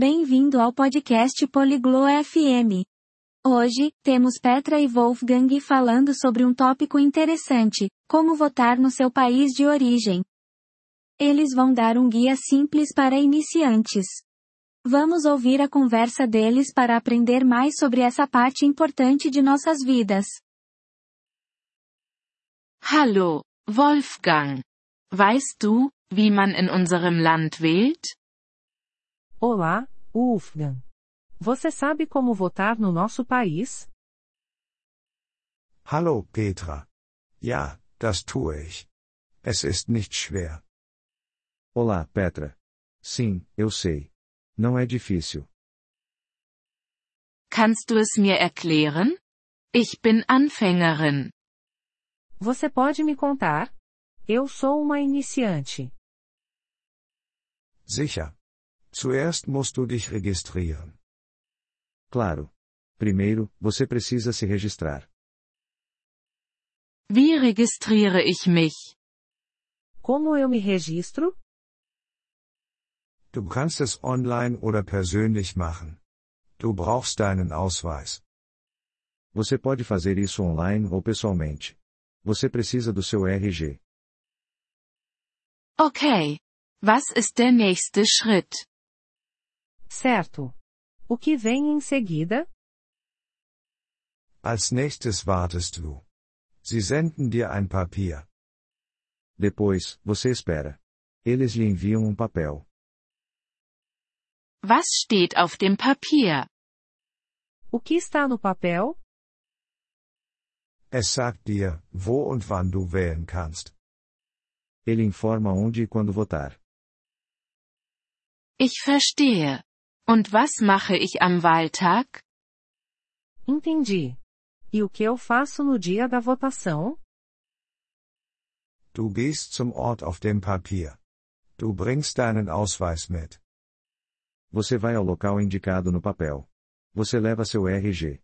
Bem-vindo ao podcast Poliglo FM. Hoje, temos Petra e Wolfgang falando sobre um tópico interessante: como votar no seu país de origem. Eles vão dar um guia simples para iniciantes. Vamos ouvir a conversa deles para aprender mais sobre essa parte importante de nossas vidas. Hallo, Wolfgang. Weißt du, wie man in unserem Land wählt? Olá, Wolfgang. Você sabe como votar no nosso país? Hallo Petra. Ja, das tue ich. Es ist nicht schwer. Olá, Petra. Sim, eu sei. Não é difícil. Kannst du es mir erklären? Ich bin Anfängerin. Você pode me contar? Eu sou uma iniciante. Sicher. Zuerst musst du dich registrieren. Claro. Primeiro, você precisa se registrar. Wie registriere ich mich? Como eu me registro? Du kannst es online oder persönlich machen. Du brauchst deinen Ausweis. Você pode fazer isso online ou pessoalmente. Você precisa do seu RG. Okay. Was ist der nächste Schritt? Certo. O que vem em seguida? Als nächstes wartest du. Sie senden dir ein Papier. Depois, você espera. Eles lhe enviam um papel. Was steht auf dem Papier? O que está no papel? Es sagt dir, wo und wann du wählen kannst. Ele informa onde e quando votar. Ich verstehe. Und was mache ich am Wahltag? Entendi. E o que eu faço no dia da votação? Du gehst zum Ort auf dem Papier. Du bringst deinen Ausweis mit. Você vai ao local indicado no papel. Você leva seu RG.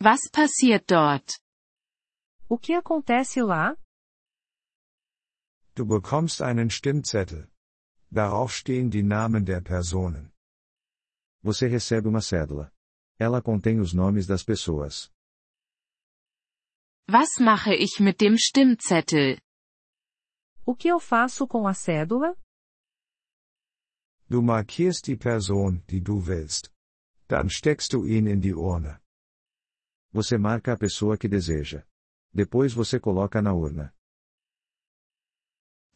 Was passiert dort? O que acontece lá? Du bekommst einen Stimmzettel. Darauf stehen die Namen der Personen. Você recebe uma cédula. Ela contém os nomes das pessoas. Was mache ich mit dem Stimmzettel? O que eu faço com a cédula? Du markierst die Person, die du willst. Dann steckst du ihn in die Urne. Você marca a pessoa que deseja. Depois você coloca na urna.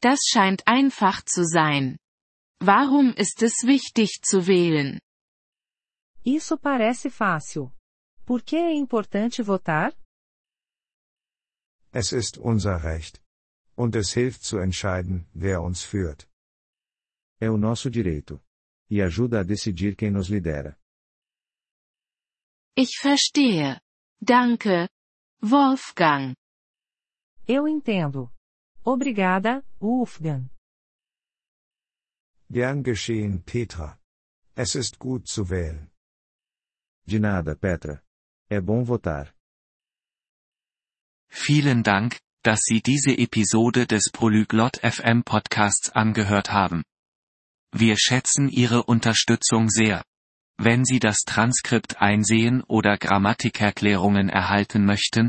Das scheint einfach zu sein. Warum ist es wichtig zu wählen? Isso parece fácil. Por que é importante votar? Es ist unser Recht. Und es hilft zu entscheiden, wer uns führt. É o nosso direito. E ajuda a decidir quem nos lidera. Ich verstehe. Danke. Wolfgang. Eu entendo. Obrigada, Wolfgang. Gern geschehen, Petra. Es ist gut zu wählen. De nada, Petra. É bom votar. Vielen Dank, dass Sie diese Episode des Polyglot FM Podcasts angehört haben. Wir schätzen Ihre Unterstützung sehr. Wenn Sie das Transkript einsehen oder Grammatikerklärungen erhalten möchten,